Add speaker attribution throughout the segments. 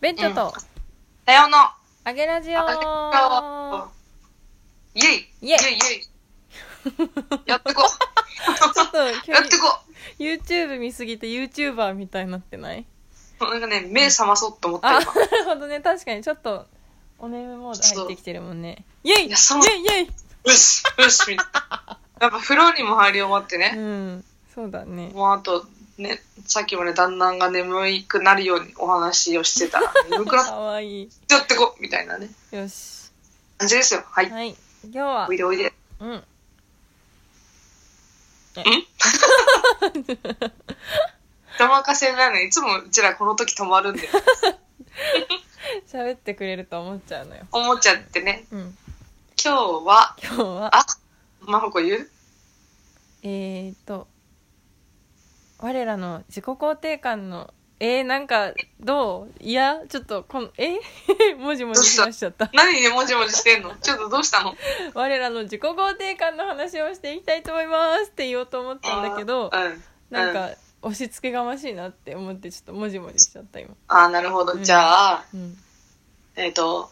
Speaker 1: ベンチョと、
Speaker 2: さようの。
Speaker 1: あげラジオ
Speaker 2: あイェイ
Speaker 1: イェイ
Speaker 2: イェイやってこ
Speaker 1: ちょっと
Speaker 2: やってこ
Speaker 1: 急に YouTube 見すぎて YouTuber みたいになってない
Speaker 2: なんかね、目覚まそうと思った
Speaker 1: あ、な
Speaker 2: 今。
Speaker 1: るほどね。確かにちょっと、おねむモード入ってきてるもんね。イェイイェイ
Speaker 2: いやそう
Speaker 1: イ
Speaker 2: うっす、うっす、みたいな。やっぱ風呂にも入り終わって
Speaker 1: ェイ
Speaker 2: ね。
Speaker 1: うん。そうだね。
Speaker 2: もうあと、ね、さっきまで旦那が眠くなるようにお話をしてたら、眠くなっ
Speaker 1: かわいい。
Speaker 2: ちゃってこみたいなね。
Speaker 1: よし。
Speaker 2: 感じですよ。はい。
Speaker 1: はい。今日は
Speaker 2: おい、でおいで。
Speaker 1: うん。
Speaker 2: 人任せなのいつもうちらこの時止まるんで、
Speaker 1: 喋ってくれると思っちゃうのよ。
Speaker 2: 思っちゃってね。
Speaker 1: うん。
Speaker 2: 今日は、
Speaker 1: 今日は、
Speaker 2: あ、まほこ言う
Speaker 1: えーと、我らの自己肯定感の、えー、なんか、どういや、ちょっと、この、え もじもじしましちゃった。
Speaker 2: 何でもじもじしてんのちょっとどうしたの
Speaker 1: 我らの自己肯定感の話をしていきたいと思いますって言おうと思ったんだけど、
Speaker 2: うん。
Speaker 1: なんか、押し付けがましいなって思って、ちょっともじもじしちゃった、今。
Speaker 2: ああ、なるほ
Speaker 1: う
Speaker 2: ど。
Speaker 1: ん
Speaker 2: じゃあ、
Speaker 1: うん。
Speaker 2: えっ、と、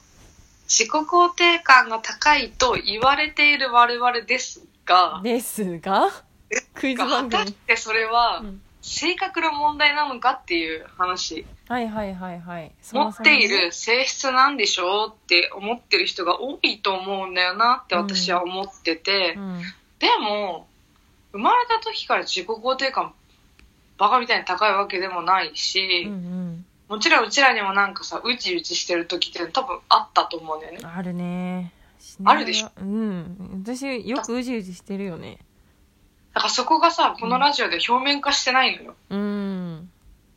Speaker 2: 自己肯定感が高いと言われている我々ですが、
Speaker 1: ですが、クイズ
Speaker 2: 果
Speaker 1: 番
Speaker 2: たし
Speaker 1: 組。
Speaker 2: てそれは
Speaker 1: うん
Speaker 2: 性格の問題なのかっていう話、
Speaker 1: はいはいはいはい。そ
Speaker 2: 持
Speaker 1: も
Speaker 2: っ
Speaker 1: そもね
Speaker 2: ている性質なんでしょうって思ってる人が多いと思うんだよなって私は思ってて、
Speaker 1: うん。
Speaker 2: でも、生まれた時から自己肯定感バカみたいに高いわけでもないし、
Speaker 1: うん
Speaker 2: もちろんうちらにもなんかさ、うちうちしてる時って多分あったと思うんだよね
Speaker 1: うん。。あるね。
Speaker 2: あるでしょ
Speaker 1: うん。私、よくうじうじしてるよね。
Speaker 2: だからそこがさ、このラジオで表面化してないのよ。
Speaker 1: うん。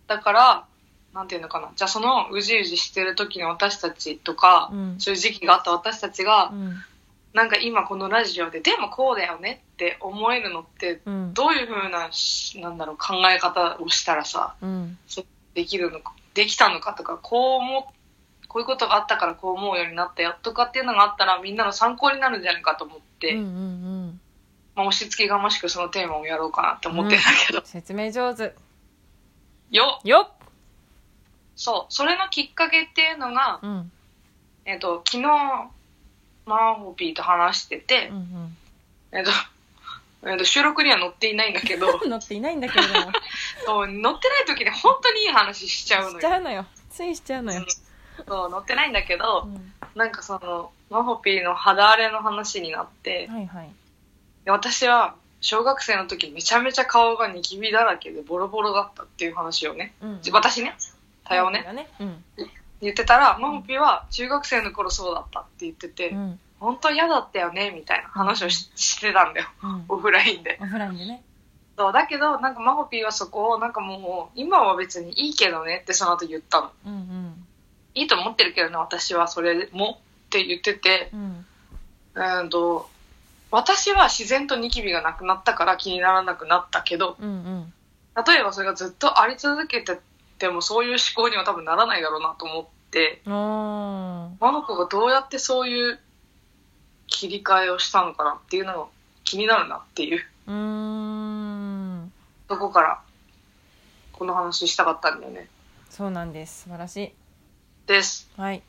Speaker 2: だから、なんていうのかな。じゃあそのうじうじしてる時の私たちとか、
Speaker 1: うん
Speaker 2: そういう時期があった私たちが、
Speaker 1: うん。
Speaker 2: なんか今このラジオで、でもこうだよねって思えるのって、
Speaker 1: うん。
Speaker 2: どういう風なし、なんだろう、考え方をしたらさ、
Speaker 1: うん。
Speaker 2: できるのか、できたのかとか、こう思う、こういうことがあったからこう思うようになったやっとかっていうのがあったらみんなの参考になるんじゃないかと思って、
Speaker 1: うんうん
Speaker 2: まあ、押し付けがましくそのテーマをやろうかなって思ってるんだけど、
Speaker 1: 説明上手。
Speaker 2: よっ
Speaker 1: よっ
Speaker 2: そう、それのきっかけっていうのが、
Speaker 1: うん。
Speaker 2: えっ、と、昨日、マーホピーと話してて
Speaker 1: う、ん
Speaker 2: えっ、と、えっと収録には載っていないん だけど、
Speaker 1: うん。乗っていないんだけれども。
Speaker 2: そう載ってない時に本当にいい話しちゃう
Speaker 1: し
Speaker 2: の
Speaker 1: ち
Speaker 2: よ。
Speaker 1: ゃうのよ。ついしちゃうのよ。
Speaker 2: そう載ってないんだけど、
Speaker 1: う
Speaker 2: なんかその、マーホピーの肌荒れの話になって
Speaker 1: ん、はいはい。
Speaker 2: で私は小学生の時めちゃめちゃ顔がニキビだらけでボロボロだったっていう話をね、
Speaker 1: うん
Speaker 2: 私ね、多様ね、
Speaker 1: だね。うん。
Speaker 2: 言ってたら、マーホピーは中学生の頃そうだったって言ってて、
Speaker 1: うん。
Speaker 2: 本当嫌だったよねみたいな話をししてたんだよ
Speaker 1: うん。
Speaker 2: オフラインで
Speaker 1: オフラインでね。
Speaker 2: そうだけどなんかマホピーはそこをなんかもう今は別にいいけどねってその後言ったの
Speaker 1: うん
Speaker 2: いいと思ってるけどね私はそれもって言ってて
Speaker 1: うん。うん。
Speaker 2: うーんと私は自然とニキビがなくなったから気にならなくなったけど
Speaker 1: うんうん。
Speaker 2: 例えばそれがずっとあり続けててもそういう思考には多分ならないだろうなと思って
Speaker 1: あ
Speaker 2: マの子がどうやってそういう切り替えをしたのかなっていうのが気になるなっていう
Speaker 1: ー。うーん。
Speaker 2: どこからこの話したかったんだよね。
Speaker 1: そうなんです。素晴らしい。
Speaker 2: です。
Speaker 1: はい。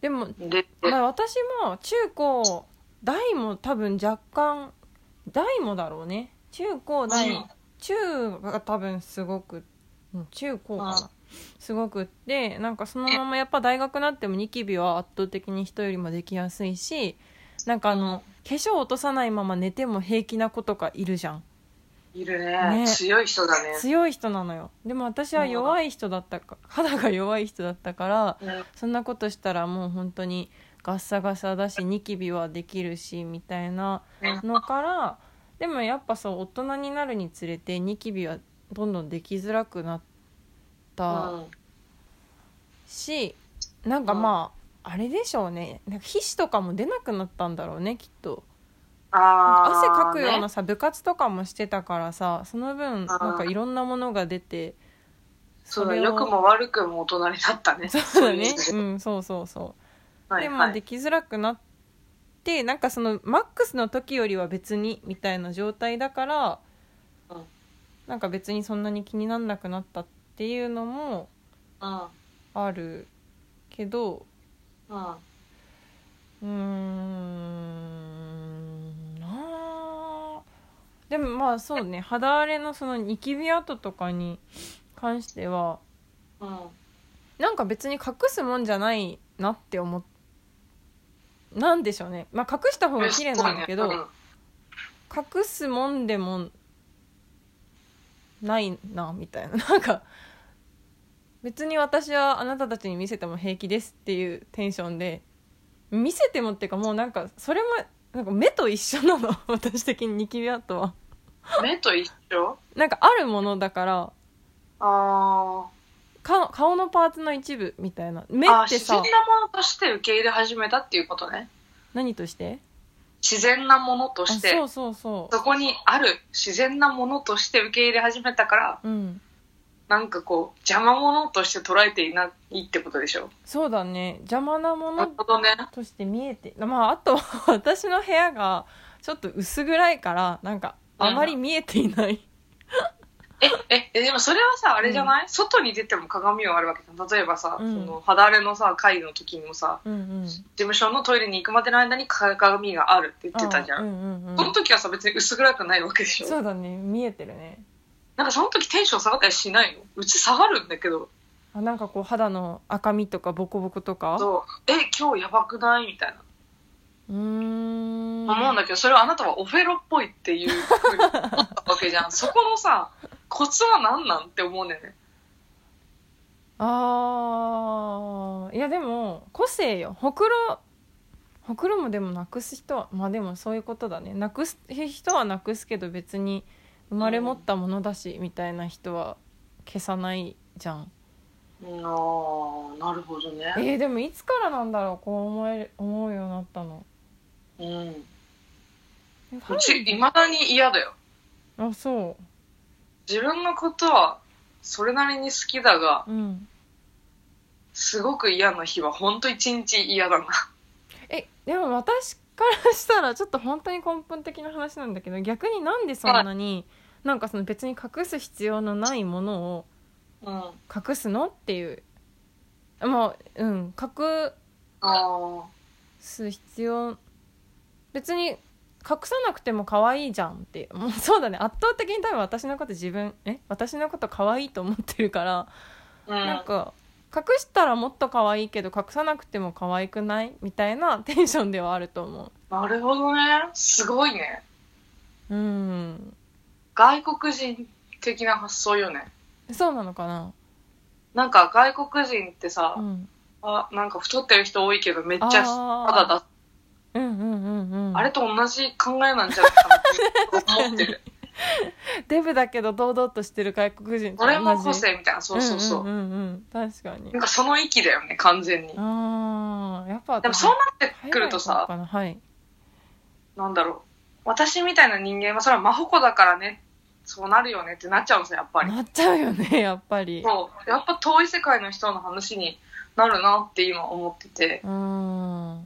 Speaker 1: でも、
Speaker 2: で、
Speaker 1: まあ、私も中高大も多分若干大もだろうね中高大、
Speaker 2: うん
Speaker 1: 中が多分すごくうん中高かな、
Speaker 2: うん
Speaker 1: すごくってなんかそのままやっぱ大学になってもニキビは圧倒的に人よりもできやすいしなんかあの化粧落とさないまま寝ても平気な子とかいるじゃん
Speaker 2: いるね
Speaker 1: ね
Speaker 2: 強い人だね。
Speaker 1: 強い人なのよでも私は弱い人だったか肌が弱い人だったから
Speaker 2: うん
Speaker 1: そんなことしたらもう本当にガッサガサだしニキビはできるしみたいなのからでもやっぱそう大人になるにつれてニキビはどんどんできづらくなっ
Speaker 2: う
Speaker 1: た
Speaker 2: ん
Speaker 1: しなんかまああれでしょうねなんか皮脂とかも出なくなったんだろうねきっと
Speaker 2: あ
Speaker 1: 汗
Speaker 2: ー
Speaker 1: かくよう
Speaker 2: ね
Speaker 1: なさ部活とかもしてたからさその分
Speaker 2: あー
Speaker 1: なんかいろんなものが出て
Speaker 2: そうだ
Speaker 1: れを
Speaker 2: 良くも悪くも大人になったね。
Speaker 1: そうだね
Speaker 2: そうういうん
Speaker 1: そうそうそう
Speaker 2: はい
Speaker 1: で
Speaker 2: は
Speaker 1: も
Speaker 2: い
Speaker 1: できづらくなってなんかそのマックスの時よりは別にみたいな状態だから、
Speaker 2: うん
Speaker 1: なんか別にそんなに気になんなくなったっていうのも
Speaker 2: うん
Speaker 1: あるけど
Speaker 2: うん。
Speaker 1: うーんなあでもまあそうね肌荒れのそのニキビ跡とかに関しては
Speaker 2: うん。
Speaker 1: なんか別に隠すもんじゃないなって思っなんでしょうねまあ隠した方が綺麗なんだけど、
Speaker 2: うんうん
Speaker 1: 隠すもんでもないなみたいな なんか別に私はあなたたちに見せても平気ですっていうテンションで見せてもっていうかもうなんかそれもなんか目と一緒なの 私的にニキビ跡は
Speaker 2: 目と一緒
Speaker 1: なんかあるものだから
Speaker 2: あ
Speaker 1: 顔顔のパーツの一部みたいな目
Speaker 2: ーあー。
Speaker 1: って
Speaker 2: 自然
Speaker 1: さ
Speaker 2: なものとして受け入れ始めたっていうことね。
Speaker 1: 何として
Speaker 2: 自然なものと
Speaker 1: あ
Speaker 2: して。
Speaker 1: そうそうそ
Speaker 2: そこにある自然なものとして受け入れ始めたから、
Speaker 1: ううん
Speaker 2: なんかこう、邪魔者として捉えていないってことでしょ。
Speaker 1: そうだね邪魔なも
Speaker 2: な
Speaker 1: の
Speaker 2: るほどね。
Speaker 1: として見えてまああとは 私の部屋がちょっと薄暗いからなんかあまり見えていない、
Speaker 2: え、え、えでもそれはさ、あれじゃない、外に出ても鏡はあるわけじゃん。例えばさ、
Speaker 1: うん
Speaker 2: その肌荒れのさ、会の時にもさ、
Speaker 1: うんうん、
Speaker 2: 事務所のトイレに行くまでの間に鏡があるって言ってたじゃん。
Speaker 1: ううんうんう
Speaker 2: その
Speaker 1: ん、
Speaker 2: 時はさ、別に薄暗くないわけでしょ。
Speaker 1: そうだね見えてるね
Speaker 2: なんかその時テンション下がったりしないのうち下がるんだけど、
Speaker 1: あなんかこう肌の赤みとかボコボコとか
Speaker 2: そう、え、今日やばくないみたいな。
Speaker 1: うーん
Speaker 2: 思うんだけど、それはあなたはオフェロっぽいっていうふうに思ったわけじゃん。そこのさ、コツは何なんって思うんだよね。
Speaker 1: あーいやでも個性よほくろほくろもでもなくす人はまあでもそういうことだねなくす人はなくすけど別に生まれ持ったものだし、みたいな人は消さないじゃん
Speaker 2: あー、なるほどね。
Speaker 1: えー、でもいつからなんだろうこう思える思うようになったの
Speaker 2: うん。う
Speaker 1: えファン
Speaker 2: ち、いまだに嫌だよ。
Speaker 1: あそ
Speaker 2: 自分のことは、それなりに好きだが、
Speaker 1: ううん
Speaker 2: すごく嫌な日は、ほんと一日嫌だな。
Speaker 1: えでも私からしたらちょっと本当に根本的な話なんだけど逆になんでそんなに、なんかその別に隠す必要のないものを
Speaker 2: うん。あ
Speaker 1: 隠すのっていうまあうん隠
Speaker 2: あ。
Speaker 1: す必要別に隠さなくても可愛いじゃんってもうそうだね圧倒的に多分私のこと自分え私のこと可愛いと思ってるから
Speaker 2: うん。
Speaker 1: なんか隠したらもっと可愛いけど隠さなくても可愛くないみたいなテンションではあると思
Speaker 2: なるほどね。すごいね。
Speaker 1: ううん
Speaker 2: 外国人的な発想よね。
Speaker 1: そうなのかな
Speaker 2: なんか外国人ってさ、
Speaker 1: うん
Speaker 2: あ、なんか太ってる人多いけどめっちゃ肌だ
Speaker 1: うんうんうんうん
Speaker 2: あれと同じ考えなんじゃないかなって思って る。
Speaker 1: デブだけど堂々としてる外国人と
Speaker 2: 俺も個性みたいな、そうそうそう。
Speaker 1: んうんうんうん確かに
Speaker 2: なんかその域だよね、完全に。で
Speaker 1: あーやっぱ
Speaker 2: もそうなってくる
Speaker 1: 海外の方
Speaker 2: とさ、
Speaker 1: かなはい
Speaker 2: なんだろう。私みたいな人間はそれは真帆子だからね、そうなるよねってなっちゃうんですよ、やっぱり。
Speaker 1: なっちゃうよね やっぱり
Speaker 2: そう。やっぱ遠い世界の人の話になるなって今思ってて。
Speaker 1: うんうん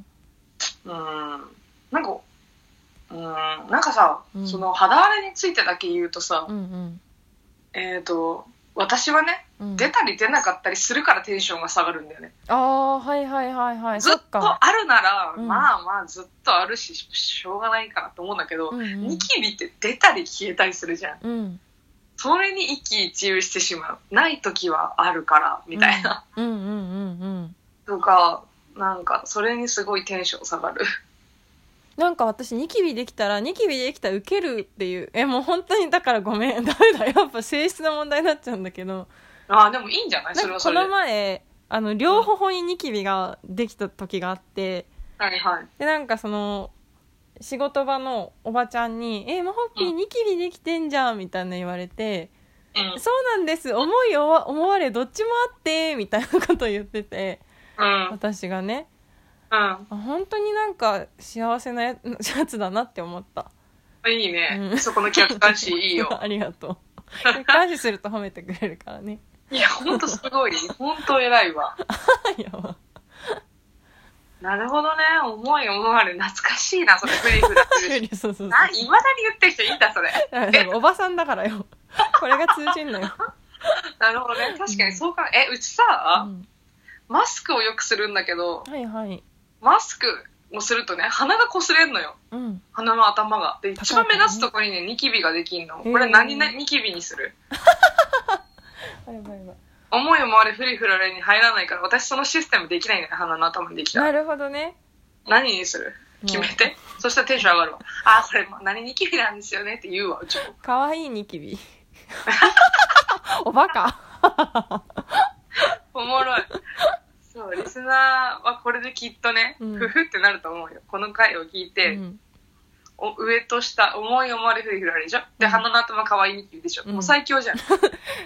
Speaker 2: うん。なんか、うん、なんかさ、
Speaker 1: うん
Speaker 2: その肌荒れについてだけ言うとさ、
Speaker 1: うん
Speaker 2: えっ、と、私はね、
Speaker 1: うん
Speaker 2: 出たり出なかったりするからテンションが下がるんだよね。
Speaker 1: ああーはいはいはいはい
Speaker 2: ずっ
Speaker 1: そか
Speaker 2: とあるなら、
Speaker 1: うん
Speaker 2: まあまあずっとあるし、しょうがないかなと思うんだけど、
Speaker 1: うんうん
Speaker 2: ニキビって出たり消えたりするじゃん。
Speaker 1: うん
Speaker 2: それに一喜一憂してしまう。ない時はあるから、みたいな。
Speaker 1: うんうんうんうん
Speaker 2: とか、なんか、それにすごいテンション下がる。
Speaker 1: なんか私ニキビできたらニキビできたらウケるっていうえもう本当にだからごめんダメだやっぱ性質の問題になっちゃうんだけど
Speaker 2: ああ、でもいいんじゃない
Speaker 1: な
Speaker 2: そ
Speaker 1: ん
Speaker 2: れ
Speaker 1: か
Speaker 2: は
Speaker 1: こ
Speaker 2: それ
Speaker 1: の
Speaker 2: で。
Speaker 1: 前あの両頬にニキビができた時があって
Speaker 2: はいはい。
Speaker 1: でなんかその仕事場のおばちゃんに「えマホッピー
Speaker 2: う
Speaker 1: ニキビできてんじゃん」みたいな言われて「
Speaker 2: う
Speaker 1: そうなんです思いをわ思われどっちもあって」みたいなことを言ってて
Speaker 2: ん。うん。
Speaker 1: 私がね
Speaker 2: うん。
Speaker 1: あ本当になんか幸せなややつだ なって思った。
Speaker 2: いいね。
Speaker 1: うん
Speaker 2: そこの客観視いい よ。
Speaker 1: ありがと う。感謝すると褒めてくれるからね。
Speaker 2: いや、ほんとすごい。ほんと偉いわ。
Speaker 1: いやまあ
Speaker 2: なるほどね。思い思われ。懐かしいな、それ。フリフラす るし。
Speaker 1: そうそうそう。
Speaker 2: な、いまだに言ってる人いいんだ、それ。
Speaker 1: だからおばさんだからよ。 これが通じんのよ。
Speaker 2: なるほどね。確かにそうか。え、うち
Speaker 1: う
Speaker 2: さ、
Speaker 1: ん
Speaker 2: マスクをよくするんだけど、
Speaker 1: はいはい
Speaker 2: マスクをするとね、鼻が擦れんのよ。
Speaker 1: うん
Speaker 2: 鼻の頭が。で、
Speaker 1: 高い
Speaker 2: 一番目立つとこにね、ニキビができんの。
Speaker 1: へー
Speaker 2: これ何な、ニキビにする
Speaker 1: あやばいやばい
Speaker 2: 思いもあれフリフラれに入らないから、私そのシステムできないね、鼻の頭にできた
Speaker 1: な
Speaker 2: ら。
Speaker 1: るほどね
Speaker 2: 何にする決めて。そしたらテンション上がるわ。あー、これ何ニキビなんですよねって言うわ、うちも。
Speaker 1: かわいいニキ ビおバカ
Speaker 2: おもろい。そう、リスナーはこれできっとね、
Speaker 1: うん
Speaker 2: ふふってなると思うよ。この回を聞いうて、
Speaker 1: ん
Speaker 2: お上と下、思い思われフリフラれでしょで、
Speaker 1: うん
Speaker 2: 鼻の頭可愛いニキビでしょ、
Speaker 1: うん
Speaker 2: もう最強 じゃん。
Speaker 1: だか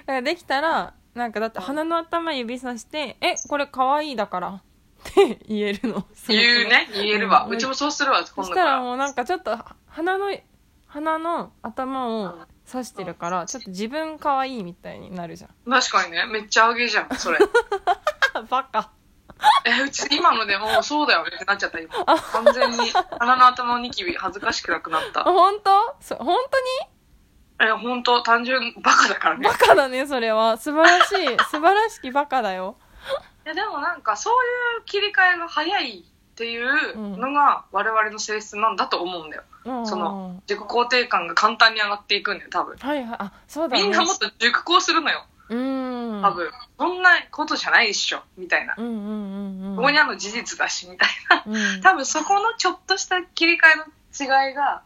Speaker 1: らできたらなんかだって鼻の頭指さして「えこれかわいいだから」って言えるの
Speaker 2: 言うね、言えるわ。
Speaker 1: うん
Speaker 2: うちもそうするわ、
Speaker 1: そ
Speaker 2: 今
Speaker 1: し
Speaker 2: 度
Speaker 1: た
Speaker 2: からら。
Speaker 1: もうなんかちょっと鼻の鼻の頭を刺してるからちょっと自分かわいいみたいになるじゃん
Speaker 2: 確かにね、めっちゃ上げじゃん、それ。
Speaker 1: バカ
Speaker 2: え、うち今のでもうそうだよねってなっちゃった、今。完全に鼻の頭のニキビ恥ずかしくなくなっ
Speaker 1: あ
Speaker 2: た。
Speaker 1: 本当そ本当に
Speaker 2: え、ほんと、単純、バカだからね
Speaker 1: バ。カだねそれは素晴らしい素晴らしきバカだよ
Speaker 2: いや、でもなんか、そういう切り替えが早いっていうのが、我々の性質なんだと思うんだよ。
Speaker 1: うん
Speaker 2: その自己肯定感が簡単に上がっていくんだよ、多分。
Speaker 1: はいはいあそうだね
Speaker 2: みんなもっと熟考するのよ、
Speaker 1: うん
Speaker 2: 多分。そんなことじゃないっしょ、みたいな。
Speaker 1: うんうんうんうん
Speaker 2: ここにあるの事実だし、みたい
Speaker 1: うん
Speaker 2: な。多分そこのちょっとした切り替えの違いが、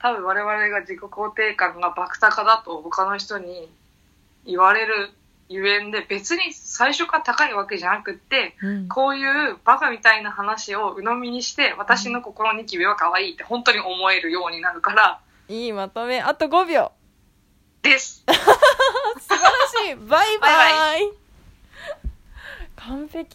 Speaker 2: 多分我々が自己肯定感が爆高だと他の人に言われるゆえんで、別に最初から高いわけじゃなくって、
Speaker 1: うん
Speaker 2: こういうバカみたいな話を鵜呑みにして、私の心のニキビは可愛いって本当に思えるようになるから、
Speaker 1: いいまとめあと5秒
Speaker 2: で
Speaker 1: 素
Speaker 2: す。
Speaker 1: 晴らしいバイバイ
Speaker 2: バ
Speaker 1: 完璧